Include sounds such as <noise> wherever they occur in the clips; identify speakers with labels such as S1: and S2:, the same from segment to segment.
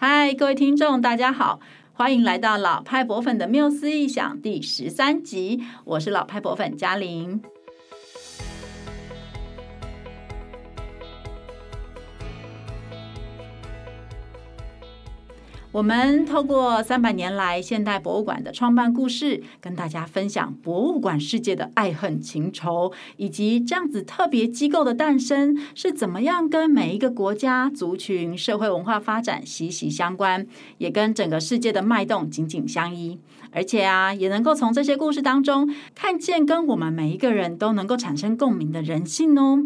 S1: 嗨，各位听众，大家好，欢迎来到老派博粉的缪斯异想第十三集，我是老派博粉嘉玲。我们透过三百年来现代博物馆的创办故事，跟大家分享博物馆世界的爱恨情仇，以及这样子特别机构的诞生是怎么样跟每一个国家、族群、社会文化发展息息相关，也跟整个世界的脉动紧紧相依。而且啊，也能够从这些故事当中看见跟我们每一个人都能够产生共鸣的人性哦。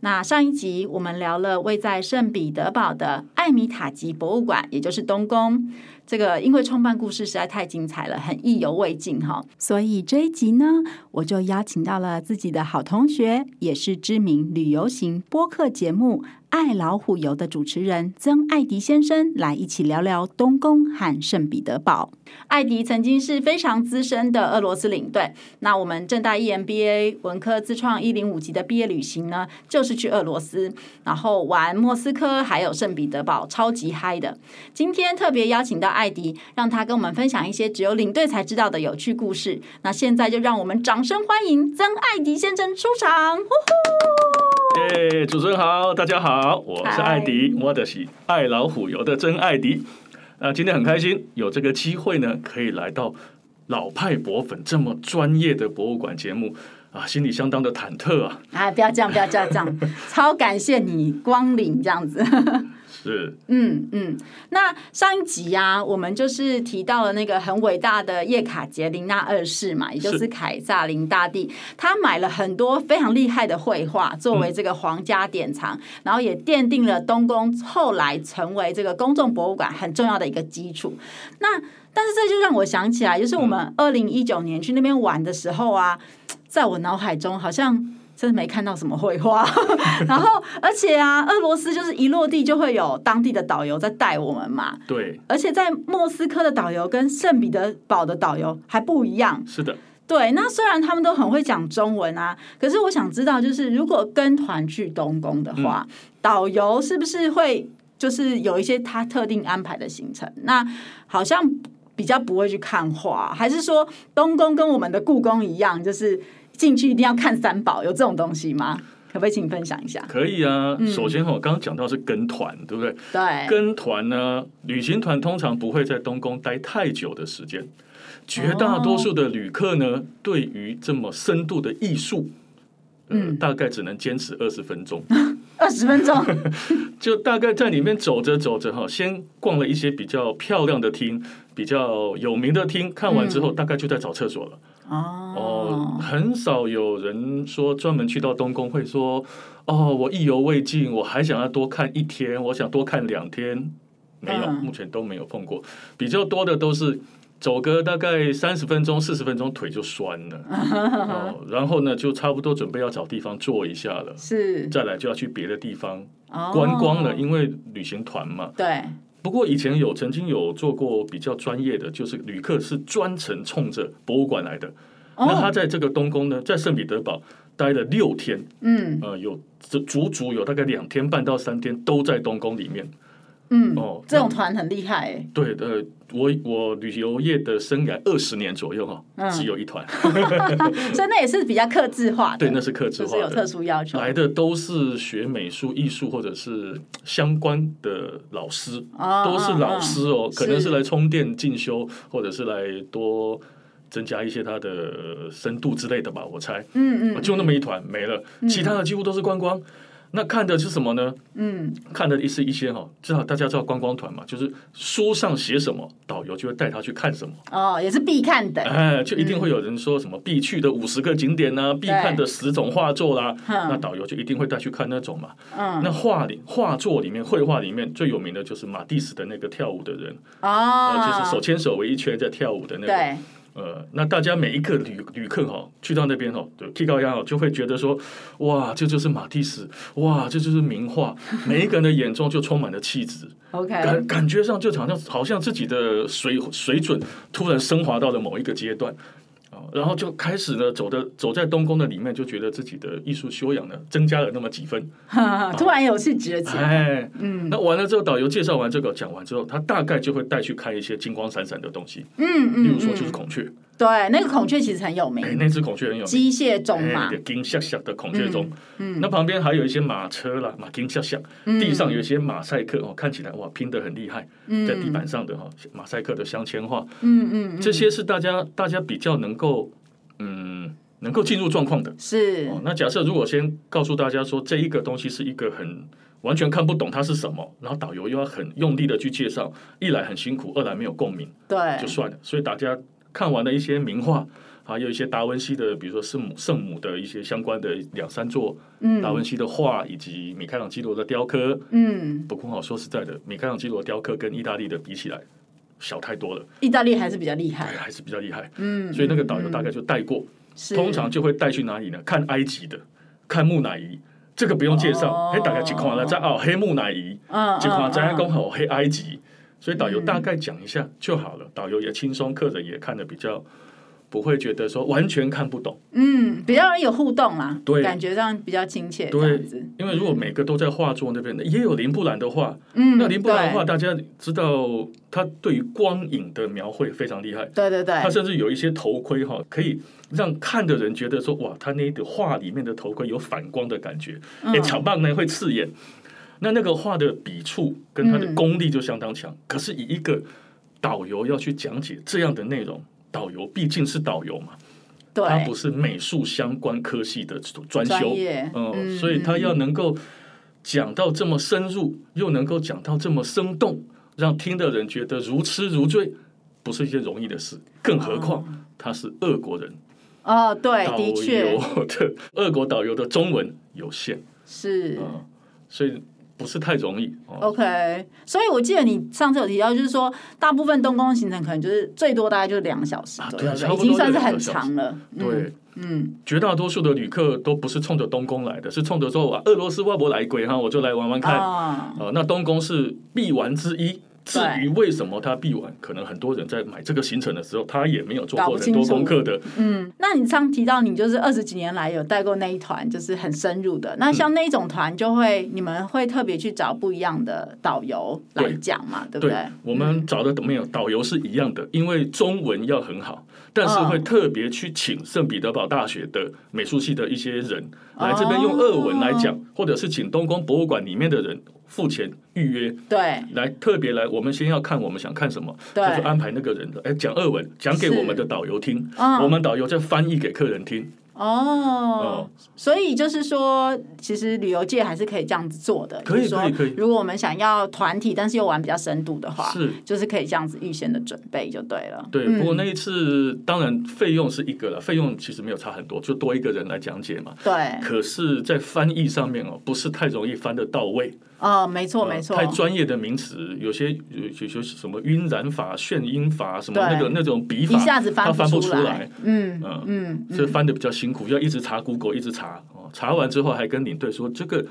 S1: 那上一集我们聊了位在圣彼得堡的艾米塔吉博物馆，也就是东宫。这个因为创办故事实在太精彩了，很意犹未尽哈、所以这一集呢，我就邀请到了自己的好同学，也是知名旅游型播客节目《爱老虎游》的主持人曾艾迪先生，来一起聊聊东宫和圣彼得堡。艾迪曾经是非常资深的俄罗斯领队，那我们正大 E EMBA 文科自创一零五级的毕业旅行呢，就是去俄罗斯，然后玩莫斯科还有圣彼得堡，超级嗨的。今天特别邀请到艾迪，让他跟我们分享一些只有领队才知道的有趣故事。那现在就让我们掌声欢迎曾艾迪先生出场。
S2: 耶主持人好，大家好，我是艾迪，我的是爱老虎油的真艾迪。那今天很开心有这个机会呢，可以来到老派博粉这么专业的博物馆节目啊，心里相当的忐忑啊。
S1: 啊，不要这样，不要这样，这样，超感谢你光临这样子。
S2: 是，
S1: 嗯嗯，那上一集啊，我们就是提到了那个很伟大的叶卡捷琳娜二世嘛，也就是
S2: 是
S1: 凯撒琳大帝，他买了很多非常厉害的绘画作为这个皇家典藏，然后也奠定了东宫后来成为这个公众博物馆很重要的一个基础。那但是这就让我想起来，就是我们二零一九年去那边玩的时候啊，在我脑海中好像。真的没看到什么绘画， <laughs> 然后而且啊，俄罗斯就是一落地就会有当地的导游在带我们嘛，
S2: 对，
S1: 而且在莫斯科的导游跟圣彼得堡的导游还不一样。
S2: 是的，
S1: 对，那虽然他们都很会讲中文啊，可是我想知道，就是如果跟团去东宫的话，嗯导游是不是会就是有一些他特定安排的行程？那好像比较不会去看画，还是说东宫跟我们的故宫一样，就是进去一定要看三宝，有这种东西吗？可不可以请你分享一下？
S2: 可以啊。首先哈、我刚刚讲到是跟团，对不对？
S1: 对，
S2: 跟团呢，旅行团通常不会在东宫待太久的时间。绝大多数的旅客呢，对于这么深度的艺术，呃
S1: 嗯
S2: 大概只能坚持二十分钟。
S1: 二十
S2: <laughs>
S1: 分钟，
S2: 就大概在里面走着走着哈，先逛了一些比较漂亮的厅，比较有名的厅，看完之后大概就在找厕所了。哦
S1: 哦，，
S2: 很少有人说专门去到东宫会说，哦，我意犹未尽，我还想要多看一天，我想多看两天，没有，
S1: 嗯
S2: 目前都没有碰过。比较多的都是走个大概三十分钟、四十分钟，腿就酸
S1: <laughs>
S2: 了。哦，然后呢，就差不多准备要找地方坐一下了，
S1: 是哦
S2: 再来就要去别的地方观
S1: 观
S2: 光了，因为旅行团嘛。
S1: 对，
S2: 不过以前有曾经有做过比较专业的，就是旅客是专程冲着博物馆来的。那他
S1: 哦，
S2: 在这个东宫呢，在圣彼得堡待了六天，
S1: 嗯
S2: 呃，有足足足有大概两天半到三天都在东宫里面。
S1: 嗯，
S2: 哦
S1: 这种团很厉害欸、
S2: 对呃，我我旅游业的生涯二十年左右哈、
S1: 嗯
S2: 只有一团， <laughs>
S1: 所以那也是比较克制化的，
S2: 对，那是克制
S1: 就
S2: 化
S1: 是有
S2: 的。
S1: 特殊要求
S2: 来的都是学美术、艺术或者是相关的老师，
S1: 哦
S2: 都是老
S1: 嗯
S2: 师哦，可能
S1: 是
S2: 是来充电进修，或者是来多增加一些他的呃深度之类的吧，我猜。啊
S1: 嗯嗯
S2: 就那么一团没了，其他的几乎都是观光。那看的是什么呢？
S1: 嗯，
S2: 看的是一些哈，知道大家知道观光团嘛，就是书上写什么，导游就会带他去看什么。
S1: 哦，也是必看的，
S2: 哎，就一定会有人说
S1: 嗯
S2: 什么必去的五十个景点啊呐、必看的十种画作啦、
S1: 嗯
S2: 那导游就一定会带去看那种嘛。
S1: 嗯，
S2: 那画里画作里面，绘画里面最有名的就是马蒂斯的那个跳舞的人，
S1: 哦，
S2: 呃，就是手牵手围一圈在跳舞的那个。
S1: 对，
S2: 呃，那大家每一个旅旅客哈、去到那边哈、就提高压哦，就会觉得说，哇，这就是马蒂斯，哇，这就是名画，每一个人的眼中就充满了气质，
S1: ，OK，
S2: 感感觉上就好像好像自己的水水准突然升华到了某一个阶段。哦，然后就开始呢，走的走在东宫的里面，就觉得自己的艺术修养呢增加了那么几分。
S1: 啊突然有气质了起来。
S2: 哎，
S1: 嗯
S2: 那完了之后，导游介绍完这个讲完之后，他大概就会带去看一些金光闪闪的东西，
S1: 嗯
S2: 例
S1: 嗯
S2: 如说就是
S1: 嗯，
S2: 孔雀，
S1: 对，那个孔雀其实很有
S2: 哎，
S1: 名，
S2: 那只孔雀很有名，
S1: 机械种
S2: 哎
S1: 嘛，，
S2: 金闪闪的孔雀钟。
S1: 嗯，
S2: 那旁边还有一些马车啦，马金闪闪，地上有一些马赛克哦，看起来哇拼得很厉害，在地板上的哈、马赛克的镶嵌画，
S1: 嗯，嗯嗯，
S2: 这些是大家大家比较能够嗯能够进入状况的。
S1: 是
S2: 哦，那假设如果先告诉大家说这一个东西是一个很完全看不懂它是什么，然后导游又要很用力的去介绍，一来很辛苦，二来没有共鸣，
S1: 对
S2: 就，算了。所以大家看完了一些名画，还有一些达文西的，比如说圣母圣母的一些相关的两三座
S1: 嗯
S2: 达文西的画，以及米开朗基罗的雕刻。
S1: 嗯，
S2: 不过好说实在的，米开朗基罗雕刻跟意大利的比起来小太多了，
S1: 意大利还是比较厉害
S2: 哎，，还是比较厉害。
S1: 嗯，
S2: 所以那个导游大概就带过。
S1: 是
S2: 通常就会带去哪里呢？看埃及的，看木乃伊，这个不用介绍
S1: 哦，
S2: 哎、大概去看了，再哦黑木乃伊，
S1: 嗯，
S2: 去看
S1: 嗯
S2: 咱家
S1: 嗯
S2: 讲好黑埃及，所以导游大概讲一下就好了，导游也轻松，客人也看得比较不会觉得说完全看不懂，
S1: 嗯，比较容易有互动啦，
S2: 对
S1: 感觉上比较亲切，
S2: 对
S1: 这样子，
S2: 因为如果每个都在画作那边，也有林布兰的画，
S1: 嗯，
S2: 那林布兰的画
S1: 对
S2: 大家知道他对于光影的描绘非常厉害。
S1: 对对对
S2: 他，甚至有一些头盔哈，可以让看的人觉得说，哇，他那一个画里面的头盔有反光的感觉，哎、
S1: 嗯
S2: 巧棒呢会刺眼。那那个画的笔触跟他的
S1: 嗯
S2: 功力就相当强，可是以一个导游要去讲解这样的内容，导游毕竟是导游嘛，他
S1: 对
S2: 不是美术相关科系的专
S1: 专
S2: 修，
S1: 业，
S2: 嗯，所以他要能够讲到这么深入，又能够讲到这么生动，让听的人觉得如痴如醉，不是一件容易的事。更何况他是俄国人，
S1: 哦，对，
S2: 导
S1: 的确
S2: 游 <laughs> 的俄国导游的中文有限，
S1: 是。
S2: 嗯，所以不是太容易。哦，
S1: OK，所以我记得你上次有提到，就是说大部分东宫行程可能就是最多大概就是两个小时
S2: 啊
S1: 左
S2: 对
S1: 右，
S2: 差不
S1: 已
S2: 多
S1: 经算是
S2: 两个
S1: 很
S2: 小
S1: 长了。嗯，
S2: 对，
S1: 嗯，
S2: 绝大多数的旅客都不是冲着东宫来的，是冲着说哇，俄罗斯外国来鬼哈，我就来玩玩看。
S1: 啊，
S2: 呃，那东宫是必玩之一。至
S1: 对
S2: 于为什么它必玩，可能很多人在买这个行程的时候，他也没有做
S1: 搞
S2: 过
S1: 不
S2: 很多
S1: 清楚
S2: 功课的。
S1: 嗯，那你上提到你就是二十几年来有带过那一团，就是很深入的。
S2: 嗯
S1: 那像那一种团，就会、你们会特别去找不一样的导游来
S2: 对
S1: 讲嘛，对不
S2: 对
S1: 对？嗯
S2: 我们找的没有导游是一样的，因为中文要很好，但是
S1: 嗯
S2: 会特别去请圣彼得堡大学的美术系的一些人来这边用
S1: 哦
S2: 俄文来讲，或者是请东宫博物馆里面的人付钱预约
S1: 对
S2: 来特别来。我们先要看我们想看什么，
S1: 对
S2: 他就安排那个人哎讲俄文，讲给我们的导游听，
S1: 嗯
S2: 我们导游再翻译给客人听。
S1: 哦，所以就是说，其实旅游界还是可以这样子做的。
S2: 可以
S1: 就是说
S2: 可以可以
S1: 如果我们想要团体，但是又玩比较深度的话，
S2: 是。
S1: 就是可以这样子预先的准备就对了。
S2: 对，
S1: 嗯
S2: 不过那一次当然费用是一个了，费用其实没有差很多，就多一个人来讲解嘛。
S1: 对，
S2: 可是，在翻译上面哦，不是太容易翻得到位。
S1: 哦，没错没
S2: 呃
S1: 错
S2: 太，专业的名词，有些有有有什么晕染法、眩晕法什么
S1: 对
S2: 那个那种笔法，
S1: 一下子
S2: 它
S1: 翻
S2: 翻不出
S1: 来
S2: 来，。
S1: 嗯
S2: 嗯
S1: 嗯
S2: 所以翻的比较辛苦，要一直查 Google，一直查哦。查完之后还跟领队说这个。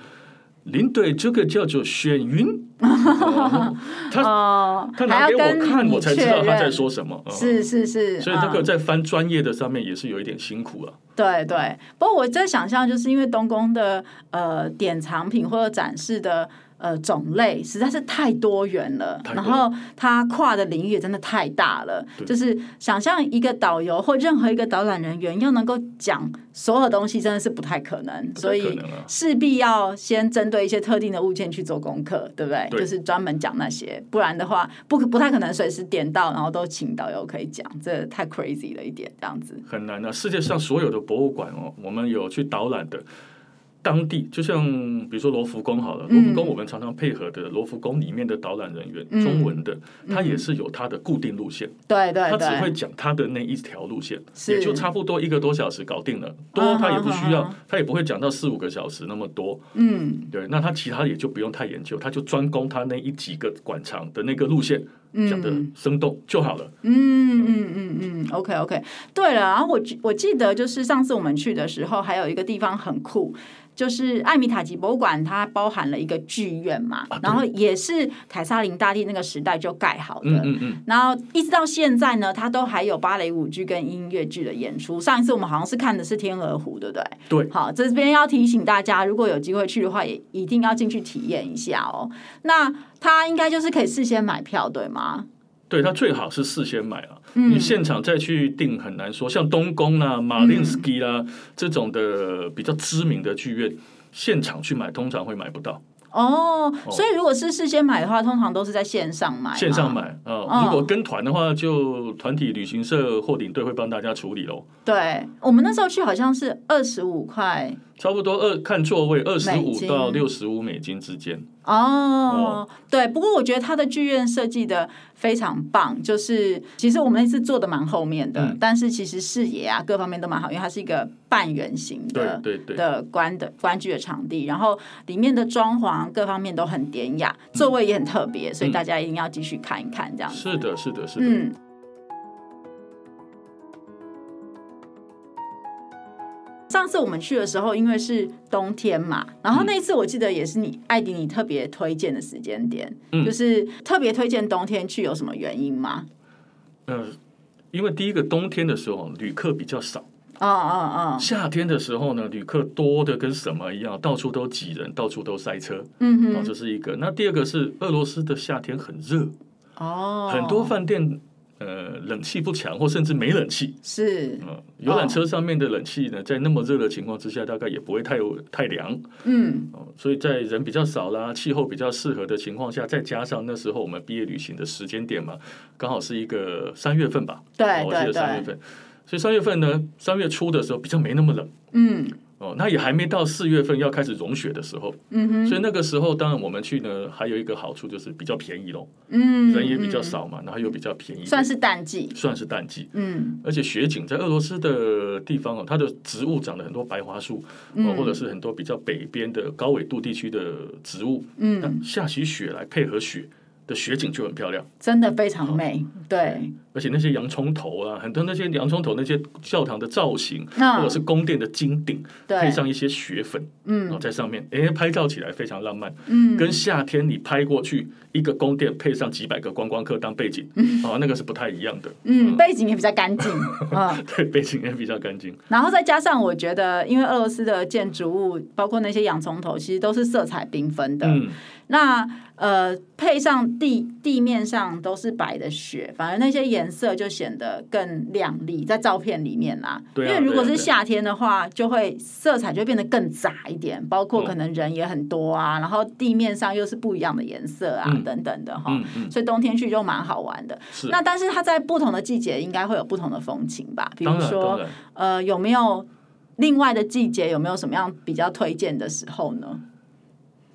S2: 领队，这个叫做眩晕，
S1: <laughs>
S2: 哦他
S1: 哦，还
S2: 他拿
S1: 要
S2: 给我
S1: 跟
S2: 看，
S1: 你
S2: 我才知
S1: 确
S2: 道他在
S1: 认
S2: 说什么。嗯
S1: 是是是，
S2: 所以那个
S1: 嗯
S2: 在翻专业的上面也是有一点辛苦啊了、
S1: 对对。不过我在想象，就是因为东宫的呃典藏品或者展示的。呃，种类实在是太多元了，
S2: 太多
S1: 然后它跨的领域也真的太大了。
S2: 对
S1: 就是想象一个导游或任何一个导览人员要能够讲所有东西，真的是不太可能，
S2: 不
S1: 所
S2: 太可
S1: 以
S2: 能啊。
S1: 势必要先针对一些特定的物件去做功课，对不对？
S2: 对
S1: 就是专门讲那些，不然的话不不太可能随时点到，然后都请导游可以讲，这太 crazy 了一点，这样子。
S2: 很难啊。世界上所有的博物馆哦，我们有去导览的。当地就像比如说罗浮宫好了，罗浮宫我们常常配合的罗浮宫里面的导览人员，
S1: 嗯
S2: 中文的，他也是有他的固定路线，
S1: 对对
S2: 他
S1: 对，
S2: 只会讲他的那一条路线，
S1: 是
S2: 也就差不多一个多小时搞定了，
S1: 啊
S2: 多
S1: 哈
S2: 他也不需
S1: 哈
S2: 要
S1: 哈，
S2: 他也不会讲到四五个小时那么多，
S1: 嗯，
S2: 对，那他其他也就不用太研究，他就专攻他那一几个馆场的那个路线，讲的
S1: 嗯
S2: 生动就好了。
S1: 嗯嗯嗯嗯，OK OK。对了，然后我记我记得就是上次我们去的时候，还有一个地方很酷。就是艾米塔吉博物馆，它包含了一个剧院嘛，
S2: 啊对
S1: 然后也是凯撒琳大帝那个时代就盖好的，
S2: 嗯嗯嗯，
S1: 然后一直到现在呢，它都还有芭蕾舞剧跟音乐剧的演出。上一次我们好像是看的是《天鹅湖》，对不对？
S2: 对。
S1: 好，这边要提醒大家，如果有机会去的话，也一定要进去体验一下哦。那它应该就是可以事先买票，对吗？
S2: 对他最好是事先买啊，
S1: 嗯
S2: 你现场再去订很难说。像东宫啦、马林斯基啦、
S1: 嗯
S2: 这种的比较知名的剧院，现场去买通常会买不到，
S1: 哦，所以如果是事先买的话，通常都是在线上买嘛。
S2: 线上买啊、呃
S1: 嗯
S2: 如果跟团的话，就团体旅行社或领队会帮大家处理喽。
S1: 对，我们那时候去好像是二十五块
S2: 差不多二看座位二十
S1: 美
S2: 五
S1: 金
S2: 到六十五美金之间，
S1: 哦，对，不过我觉得他的剧院设计的非常棒，就是其实我们那次坐的蛮后面的，
S2: 嗯
S1: 但是其实视野啊各方面都蛮好，因为它是一个半圆形
S2: 对
S1: 的
S2: 对对，
S1: 的观的观剧的场地，然后里面的装潢各方面都很典雅，座位也很特别，所以
S2: 嗯
S1: 大家一定要继续看一看这样子。
S2: 是的，是的，是的。
S1: 嗯，上次我们去的时候，因为是冬天嘛，然
S2: 嗯
S1: 后那一次我记得也是你艾迪你特别推荐的时间点，
S2: 嗯
S1: 就是特别推荐冬天去，有什么原因吗？
S2: 呃，因为第一个冬天的时候旅客比较少，
S1: 哦哦哦，
S2: 夏天的时候呢旅客多的跟什么一样，到处都挤人，到处都塞车。
S1: 嗯
S2: 哦，
S1: 哼，
S2: 这是一个。那第二个是俄罗斯的夏天很热，
S1: 哦，
S2: 很多饭店呃冷气不强，或甚至没冷气。
S1: 是，
S2: 嗯，游
S1: 哦
S2: 览车上面的冷气呢，在那么热的情况之下，大概也不会太太凉。
S1: 嗯
S2: 哦，所以在人比较少啦，气候比较适合的情况下，再加上那时候我们毕业旅行的时间点嘛，刚好是一个三月份吧，
S1: 对
S2: 哦我记
S1: 对
S2: 得
S1: 对
S2: 三月份，所以三月份呢，三月初的时候比较没那么冷
S1: 嗯
S2: 哦，那也还没到四月份要开始融雪的时候，
S1: 嗯哼，
S2: 所以那个时候当然我们去呢，还有一个好处就是比较便宜咯，
S1: 嗯，
S2: 人也比较
S1: 嗯，
S2: 少嘛，然后又比较便宜，
S1: 算是淡季，
S2: 算是淡季。
S1: 嗯
S2: 而且雪景在俄罗斯的地方哦，它的植物长了很多白桦树，哦，
S1: 嗯
S2: 或者是很多比较北边的高纬度地区的植物，
S1: 嗯，
S2: 那下起雪来配合雪的雪景就很漂亮，
S1: 真的非常美，对，
S2: 而且那些洋葱头啊，很多那些洋葱头那些教堂的造型，
S1: 那
S2: 或者是宫殿的金顶，配
S1: 嗯对，
S2: 上一些雪粉，然后
S1: 嗯
S2: 在上面，哎，拍照起来非常浪漫。
S1: 嗯，
S2: 跟夏天你拍过去一个宫殿配上几百个观光客当背景，啊，那个是不太一样的。
S1: 嗯，背景也比较干
S2: <laughs>
S1: 净，嗯，
S2: 对，背景也比较
S1: <laughs>
S2: 干净。
S1: 然后再加上我觉得，因为俄罗斯的建筑物，包括那些洋葱头，其实都是色彩缤纷的。
S2: 嗯，
S1: 那呃，配上地地面上都是白的雪，反而那些颜色就显得更亮丽，在照片里面啦。
S2: 对啊
S1: 因为如果
S2: 对
S1: 是
S2: 啊对啊
S1: 夏天的话，就会色彩就变得更杂一点，包括
S2: 嗯
S1: 可能人也很多啊，然后地面上又是不一样的颜色啊，
S2: 嗯
S1: 等等的哈。
S2: 嗯嗯，
S1: 所以冬天去就蛮好玩的。
S2: 是。
S1: 那但是它在不同的季节应该会有不同的风情吧？比
S2: 当
S1: 如
S2: 然，当
S1: 说，
S2: 然，
S1: 呃，有没有另外的季节有没有什么样比较推荐的时候呢？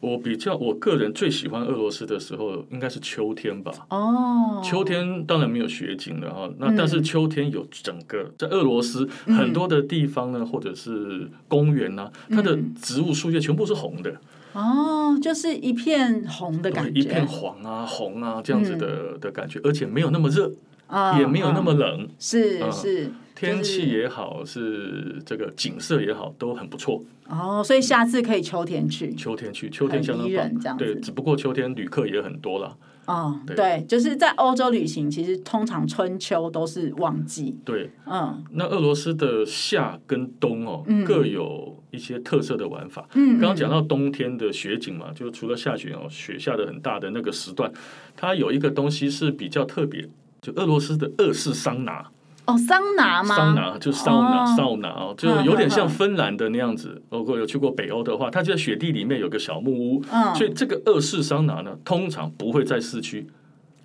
S2: 我比较我个人最喜欢俄罗斯的时候应该是秋天吧。
S1: 哦，
S2: 秋天当然没有雪景了哈，那但是秋天有整个在俄罗斯
S1: 嗯
S2: 很多的地方呢，或者是公园呐、它的
S1: 嗯
S2: 植物树叶全部是红的，
S1: 哦，就是一片红的
S2: 对
S1: 感觉，
S2: 一片黄啊、红啊这样子的的感觉，而且没有那么热，
S1: 啊
S2: 也没有那么
S1: 嗯
S2: 冷，
S1: 是
S2: 嗯
S1: 是
S2: 天气也好，是这个景色也好，都很不错。
S1: 哦，所以下次可以秋天去
S2: 秋天去，秋天相
S1: 很
S2: 当
S1: 宜人这样
S2: 棒，对，
S1: 子。
S2: 只不过秋天旅客也很多啦。
S1: 哦，
S2: 对
S1: 对，就是在欧洲旅行，其实通常春秋都是旺季，
S2: 对，
S1: 嗯
S2: 那俄罗斯的夏跟冬哦
S1: 嗯，
S2: 各有一些特色的玩法。
S1: 嗯，
S2: 刚刚讲
S1: 到
S2: 到冬天的雪景嘛，就是除了下雪哦，雪下的很大的那个时段，它有一个东西是比较特别，就俄罗斯的俄式桑拿，
S1: 哦桑拿吗？
S2: 桑拿就桑
S1: 哦
S2: 拿
S1: 嗯
S2: 桑拿哦，就有点像芬兰的那样子。如果有去过北欧的话，它就在雪地里面有个小木屋，
S1: 嗯，
S2: 所以这个俄式桑拿呢，通常不会在市区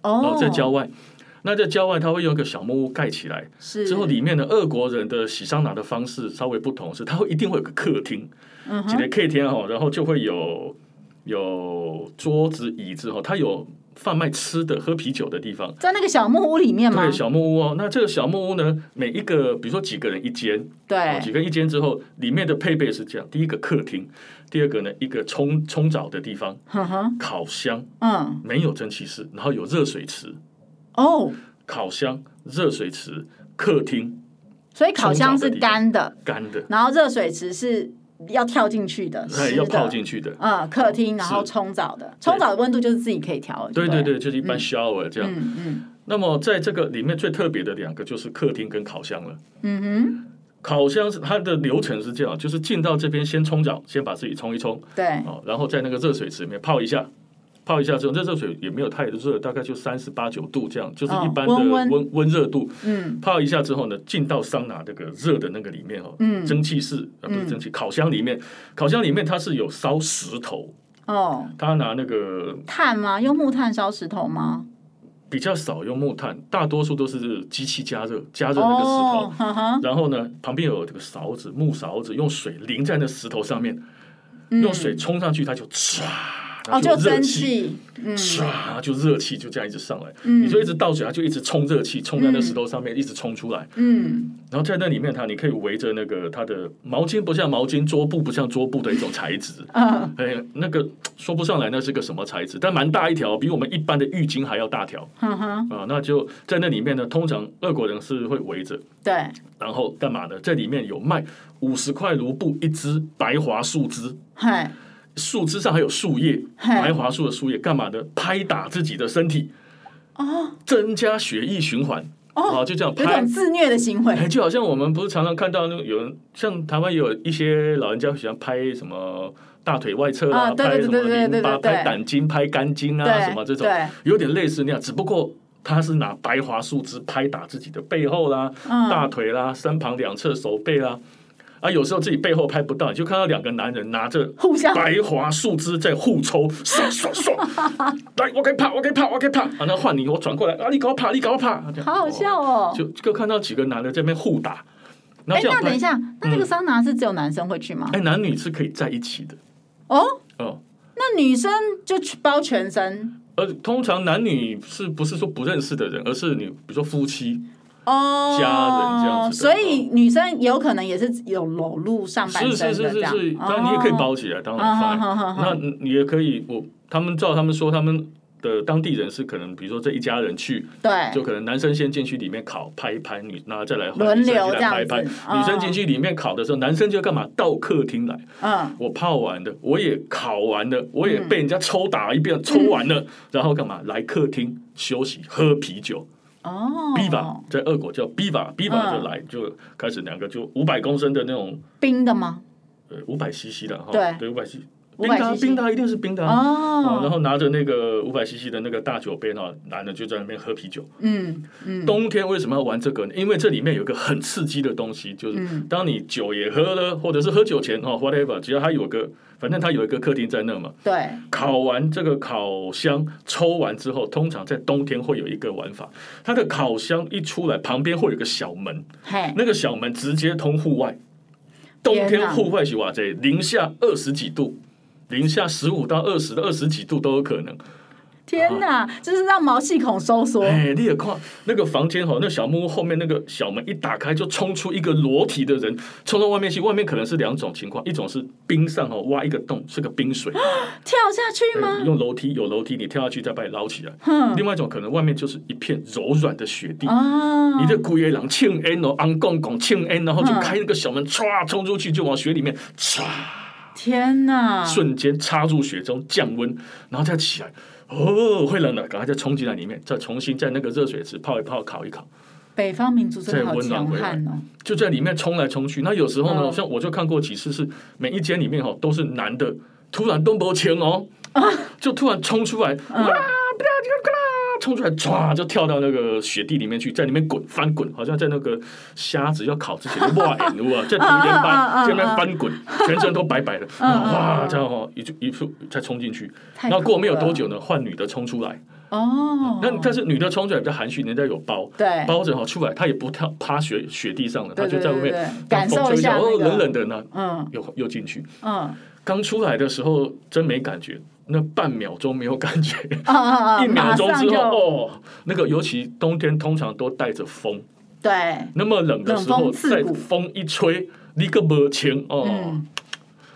S1: 哦
S2: 哦，在郊外。那在郊外，它会用一个小木屋盖起来，
S1: 是
S2: 之后里面的俄国人的洗桑拿的方式稍微不同，是它会一定会有个客厅，
S1: 嗯
S2: 几
S1: 哼
S2: 个客厅哦，然后就会有有桌子椅子哦，它有贩卖吃的、喝啤酒的地方。
S1: 在那个小木屋里面吗？
S2: 对，小木屋哦，那这个小木屋呢，每一个比如说几个人一间，哦
S1: 对，
S2: 几个人一间之后，里面的配备是这样：第一个客厅，第二个呢一个冲冲澡的地方，
S1: 哼哼，
S2: 烤箱，
S1: 嗯，
S2: 没有蒸汽室，然后有热水池，
S1: 哦，
S2: 烤箱、热水池、客厅
S1: 所以烤箱是干的，
S2: 干的，
S1: 然后热水池是要跳进去的，
S2: 哎，
S1: 湿
S2: 要泡
S1: 的。
S2: 进去的。
S1: 嗯，客厅，
S2: 是
S1: 然后冲澡的，冲澡的温度就是自己可以调。
S2: 对
S1: 对
S2: 对
S1: 了，
S2: 对，就是一般 shower 这样。
S1: 嗯嗯
S2: 那么在这个里面最特别的两个就是客厅跟烤箱了。
S1: 嗯哼，
S2: 烤箱是它的流程是这样，就是进到这边先冲澡，先把自己冲一冲，
S1: 对，
S2: 哦，然后在那个热水池里面泡一下，泡一下之后，这热水也没有太热，大概就三十八九度这样，就是一
S1: 哦
S2: 般的
S1: 温温
S2: 温温热度。
S1: 嗯
S2: 泡一下之后呢，进到桑拿那个热的那个里面哦，
S1: 嗯
S2: 蒸汽室啊不是
S1: 嗯
S2: 蒸汽，烤箱里面，烤箱里面它是有烧石头，
S1: 哦，
S2: 它拿那个
S1: 炭吗？用木炭烧石头吗？
S2: 比较少用木炭，大多数都是机器加热加热那个石头。
S1: 哦，呵呵，
S2: 然后呢，旁边有这个勺子，木勺子，用水淋在那石头上面，
S1: 嗯
S2: 用水冲上去，它就唰，它
S1: 哦，就
S2: 热
S1: 蒸
S2: 气，
S1: 汽，嗯
S2: 唰就热气就这样一直上来，
S1: 嗯
S2: 你就一直倒水，它就一直冲热气，冲在那石头上面，一直冲出来。
S1: 嗯，
S2: 然后在那里面它，你可以围着那个它的毛巾，不像毛巾，桌布不像桌布的一种材质，
S1: 嗯
S2: 哎，那个说不上来那是个什么材质，但蛮大一条，比我们一般的浴巾还要大条
S1: 哼哼，
S2: 啊。那就在那里面呢，通常俄国人是会围着。
S1: 对，
S2: 然后干嘛呢？这里面有卖五十块卢布一支白桦树枝，
S1: 嘿，
S2: 树枝上还有树叶，
S1: 嘿
S2: 白桦树的树叶干嘛呢？拍打自己的身体，哦，增加血液循环，
S1: 哦
S2: 啊，就这样
S1: 有
S2: 拍
S1: 种。自虐的行为，
S2: 哎，就好像我们不是常常看到那个有人，像台湾有一些老人家喜欢拍什么大腿外侧
S1: 啊对
S2: 拍什么
S1: 对对对对
S2: 淋巴、
S1: 对对
S2: 拍胆经、拍肝经啊，
S1: 对
S2: 什么这种
S1: 对，
S2: 有点类似那样，只不过他是拿白桦树枝拍打自己的背后啦、
S1: 嗯
S2: 大腿啦、身旁两侧手背啦。啊，有时候自己背后拍不到，你就看到两个男人拿着
S1: 互相
S2: 白桦树枝在互抽，唰
S1: <laughs>
S2: 唰唰，来，我给你拍，我给你拍，我给你拍，啊，那换你，我转过来，啊，你给我拍，你给我拍，啊这样
S1: 好好笑哦。
S2: 就就看到几个男的在那边互打，然
S1: 哎
S2: 后，这样
S1: 那等
S2: 拍
S1: 一，下，那这个桑拿是只有男生会去吗？
S2: 嗯哎，男女是可以在一起的
S1: 哦，
S2: 哦。
S1: 那女生就去包全身
S2: 呃，通常男女是不是说不认识的人，而是你比如说夫妻
S1: 哦，
S2: 家人这样子的
S1: 所以女生有可能也是有裸露上半
S2: 是
S1: 身
S2: 是
S1: 的这
S2: 是是
S1: 样
S2: 是，，当然你也可以
S1: 哦。
S2: 包起来，当然
S1: 啊哈
S2: fine
S1: 哈哈哈
S2: 那你你也可以，我他们照他们说，他们的当地人是可能，比如说这一家人去，就
S1: 对，
S2: 可能男生先进去里面烤拍一拍，女那再来换
S1: 轮
S2: 女生
S1: 流
S2: 进
S1: 这
S2: 来
S1: 样
S2: 拍一拍，
S1: 子哦
S2: 女生进去里面烤的时候，男生就干嘛到客厅来，
S1: 嗯，
S2: 我泡完的，我也烤完的，我也被人家抽打一遍，抽完了，然后干嘛来客厅休息喝啤酒。
S1: 哦
S2: Biva 在俄国叫 Biva，Biva
S1: 嗯
S2: 就来就开始两个就五百公升的那种
S1: 冰的吗？
S2: 呃五百 CC 的哈，
S1: 对
S2: 对五百 CC，冰的啊
S1: 500cc
S2: 冰的啊一定是冰的啊，哦然
S1: 哦，
S2: 后拿着那个五百 CC 的那个大酒杯呢，男的就在那边喝啤酒。
S1: 嗯嗯，
S2: 冬天为什么要玩这个呢？因为这里面有一个很刺激的东西，就是
S1: 嗯
S2: 当你酒也喝了，或者是喝酒前哦，whatever，只要它有个，反正它有一个客厅在那嘛。
S1: 对，
S2: 烤完这个烤箱，抽完之后，通常在冬天会有一个玩法，它的烤箱一出来，旁边会有个小门，
S1: 嘿，
S2: 那个小门直接通户外。冬
S1: 天
S2: 天
S1: 哪
S2: 户外是哇塞，零下二十几度，零下十五到二十的二十几度都有可能。
S1: 天哪，就是让毛细孔收缩，
S2: 哎，你也看那个房间吼，那小木屋后面那个小门一打开，就冲出一个裸体的人，冲到外面去。外面可能是两种情况，一种是冰上哦挖一个洞，是个冰水，
S1: 跳下去
S2: 哎
S1: 吗？
S2: 用楼梯有楼梯，你跳下去再把你捞起来。
S1: 哼，
S2: 另外一种可能外面就是一片柔软的雪地。
S1: 哦，
S2: 你这孤野狼庆恩哦，昂公公庆恩，然后就开那个小门，歘冲出去，就往雪里面歘，
S1: 天哪，
S2: 瞬间插入雪中降温，然后再起来，哦，会冷了，赶快再冲进来里面，再重新在那个热水池泡一泡，烤一烤。
S1: 北方民族真的
S2: 再
S1: 好
S2: 温暖
S1: 强
S2: 回来
S1: 悍哦，
S2: 就在里面冲来冲去。那有时候呢，
S1: 嗯
S2: 像我就看过几次是每一间里面哦都是男的，突然东伯前
S1: <laughs>
S2: 哦，就突然冲出来，哇，
S1: 嗯
S2: 不要不要不要冲出来，唰就跳到那个雪地里面去，在里面滚翻滚，好像在那个虾子要烤之前的哇，
S1: <laughs>
S2: 眼哇，在竹盐
S1: 嗯嗯嗯
S2: 巴
S1: 嗯
S2: 在那边翻滚，全身都白白的，
S1: 嗯嗯嗯
S2: 哇，这样哦，一就一出再冲进去，
S1: 太
S2: 然后过
S1: 酷
S2: 没有
S1: 了
S2: 多久呢，换女的冲出来，
S1: 哦，
S2: 那但是女的冲出来比较含蓄，人家有包，
S1: 对，
S2: 包着哈出来，他也不跳趴雪雪地上了，他
S1: 对
S2: 就
S1: 对
S2: 在
S1: 对
S2: 外
S1: 对
S2: 面
S1: 对，感受一下
S2: 哦
S1: 那，个
S2: 冷冷的呢，
S1: 嗯
S2: 又又进去。
S1: 嗯
S2: 刚出来的时候真没感觉，那半秒钟没有感觉，
S1: 嗯嗯，
S2: 一秒钟
S1: 马上
S2: 之
S1: 就
S2: 后哦，那个尤其冬天通常都带着风，
S1: 对，
S2: 那么冷的时
S1: 冷
S2: 候，
S1: 风刺
S2: 再
S1: 骨
S2: 风一吹，你个没情哦。
S1: 嗯，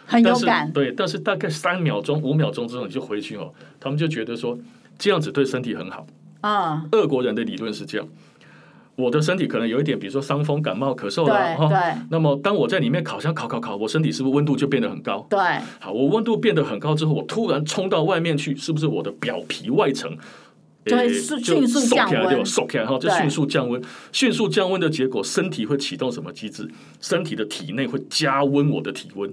S1: 很有
S2: 但是
S1: 感，
S2: 对，但是大概三秒钟、五秒钟之后你就回去哦，他们就觉得说这样子对身体很好。
S1: 嗯，
S2: 俄国人的理论是这样：我的身体可能有一点，比如说伤风、感冒、咳嗽
S1: 对
S2: 啦，哈。
S1: 对
S2: 那么当我在里面烤箱烤烤烤，我身体是不是温度就变得很高？
S1: 对，
S2: 好，我温度变得很高之后，我突然冲到外面去，是不是我的表皮外层？
S1: 就会
S2: 诶
S1: 速
S2: 就
S1: 迅速
S2: 缩起来
S1: 降温
S2: 就缩起来哈，就
S1: 对
S2: 迅速降温。迅速降温的结果，身体会启动什么机制？身体的体内会加温我的体温，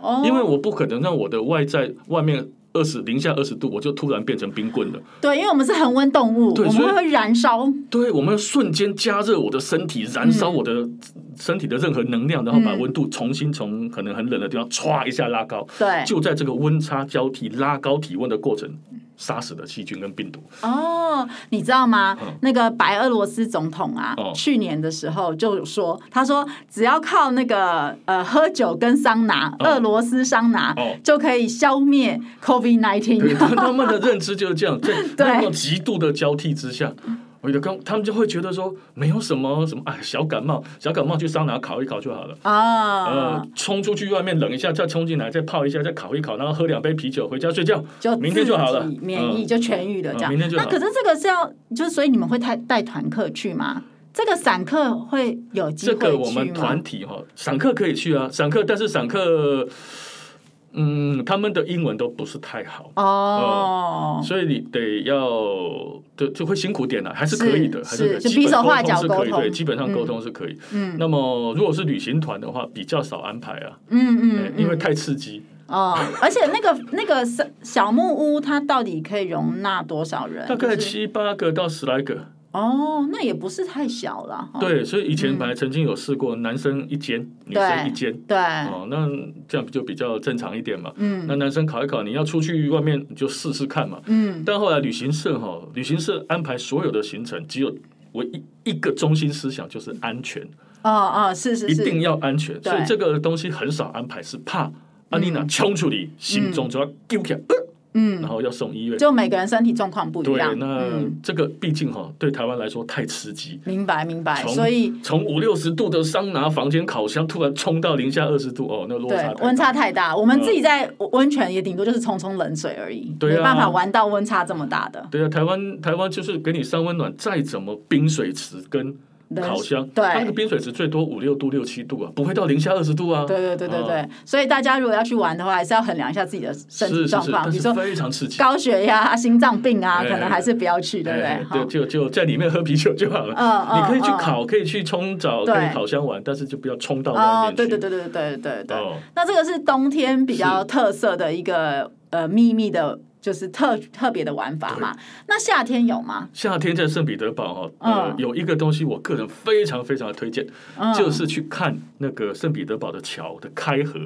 S1: 哦，
S2: 因为我不可能让我的外在外面二十零下二十度，我就突然变成冰棍了。
S1: 对，因为我们是恒温动物，
S2: 对
S1: 我
S2: 所以
S1: 们会燃烧，
S2: 对，我们瞬间加热我的身体，燃烧我的身体的任何能量，然后把
S1: 嗯
S2: 温度重新从可能很冷的地方歘一下拉高。
S1: 对，
S2: 就在这个温差交替、拉高体温的过程，杀死了细菌跟
S1: <laughs>
S2: 病毒。
S1: 哦，你知道吗？
S2: 嗯
S1: 那个白俄罗斯总统啊，
S2: 哦
S1: 去年的时候就有说，他说只要靠那个呃喝酒跟桑拿，
S2: 哦
S1: 俄罗斯桑拿、
S2: 哦
S1: 就可以消灭 COVID
S2: 对，
S1: nineteen。
S2: 他他们的认知就是这样，在
S1: 对
S2: 那么极度的交替之下。我觉得刚他们就会觉得说没有什么什么哎小感冒小感冒去桑拿烤一烤就好了，
S1: 啊
S2: 呃，冲出去外面冷一下，再冲进来再泡一下再烤一烤，然后喝两杯啤酒回家睡觉，
S1: 就
S2: 明天就好了
S1: 自己免疫
S2: 嗯
S1: 就痊愈了，这样。
S2: 嗯明天就
S1: 那
S2: 好
S1: 可是这个是要，就是所以你们会带带团客去吗？这个散客会有机
S2: 这
S1: 会去吗？
S2: 个我们团体哈、散客可以去啊，散客，但是散客，嗯，他们的英文都不是太好，
S1: 哦，
S2: 所以你得要对就会辛苦点了、啊还是可以的，
S1: 是
S2: 还是可
S1: 是
S2: 以
S1: 就
S2: 基
S1: 比
S2: 本
S1: 手
S2: 沟
S1: 画
S2: 通
S1: 脚
S2: 是可以，
S1: 沟通
S2: 对，基本上沟
S1: 嗯
S2: 通是可以。
S1: 嗯
S2: 那么如果是旅行团的话，比较少安排啊，
S1: 嗯
S2: 哎
S1: 嗯，
S2: 因为
S1: 嗯
S2: 太刺激。
S1: 哦，而且那个那个小小木屋，它到底可以容纳多少人？
S2: 大概
S1: 呃就是
S2: 七八个到十来个，
S1: 哦，那也不是太小了。哦
S2: 对，所以以前本来曾经有试过，男生一间，女生一间，
S1: 对，
S2: 哦，那这样就比较正常一点嘛。
S1: 嗯
S2: 那男生考一考，你要出去外面你就试试看嘛。
S1: 嗯，
S2: 但后来旅行社哈、旅行社安排所有的行程，只有我一一个中心思想就是安全，
S1: 哦哦，是是
S2: 一定
S1: 是，
S2: 要安全。
S1: 对
S2: 所以这个东西很少安排，是怕安妮娜冲出你心中就要丢起来，呃
S1: 嗯
S2: 然，后要送医院。
S1: 就每个人身体状况不一
S2: 对
S1: 样，，
S2: 那
S1: 嗯，
S2: 这个毕竟哈、对台湾来说太刺激。
S1: 明白明白，
S2: 从
S1: 所以
S2: 从五六十度的桑拿房间烤箱突然冲到零下二十度，哦，那落差
S1: 对
S2: 太大
S1: 温差太
S2: 嗯
S1: 大，我们自己在温泉也顶多就是冲冲冷水而已，
S2: 对啊
S1: 没办法玩到温差这么大的
S2: 对啊，台湾台湾就是给你上温暖，再怎么冰水池跟
S1: 冷
S2: 烤箱，
S1: 对
S2: 它那个冰水池最多五六度、六七度啊，不会到零下二十度啊。
S1: 对对对对对
S2: 啊，
S1: 所以大家如果要去玩的话，还是要衡量一下自己的身体
S2: 是是
S1: 状
S2: 是，
S1: 况，
S2: 但
S1: 比
S2: 是
S1: 如说
S2: 非常刺激。
S1: 高血压、心脏病啊，
S2: 哎
S1: 可能还是不要去，对不
S2: 哎
S1: 对？
S2: 对，
S1: 哈，
S2: 就就在里面喝啤酒就好了。
S1: 嗯嗯，
S2: 你可以去
S1: 嗯。
S2: 烤，可以去冲澡，
S1: 对
S2: 可以烤箱玩，但是就不要冲到外
S1: 哦
S2: 面，去。
S1: 对对对对对对对对。
S2: 哦，
S1: 那这个是冬天比较特色的一个呃秘密的，就是特特别的玩法嘛。那夏天有吗？
S2: 夏天在圣彼得堡哦，呃
S1: 嗯，
S2: 有一个东西我个人非常非常的推荐，
S1: 嗯，
S2: 就是去看那个圣彼得堡的桥的开合。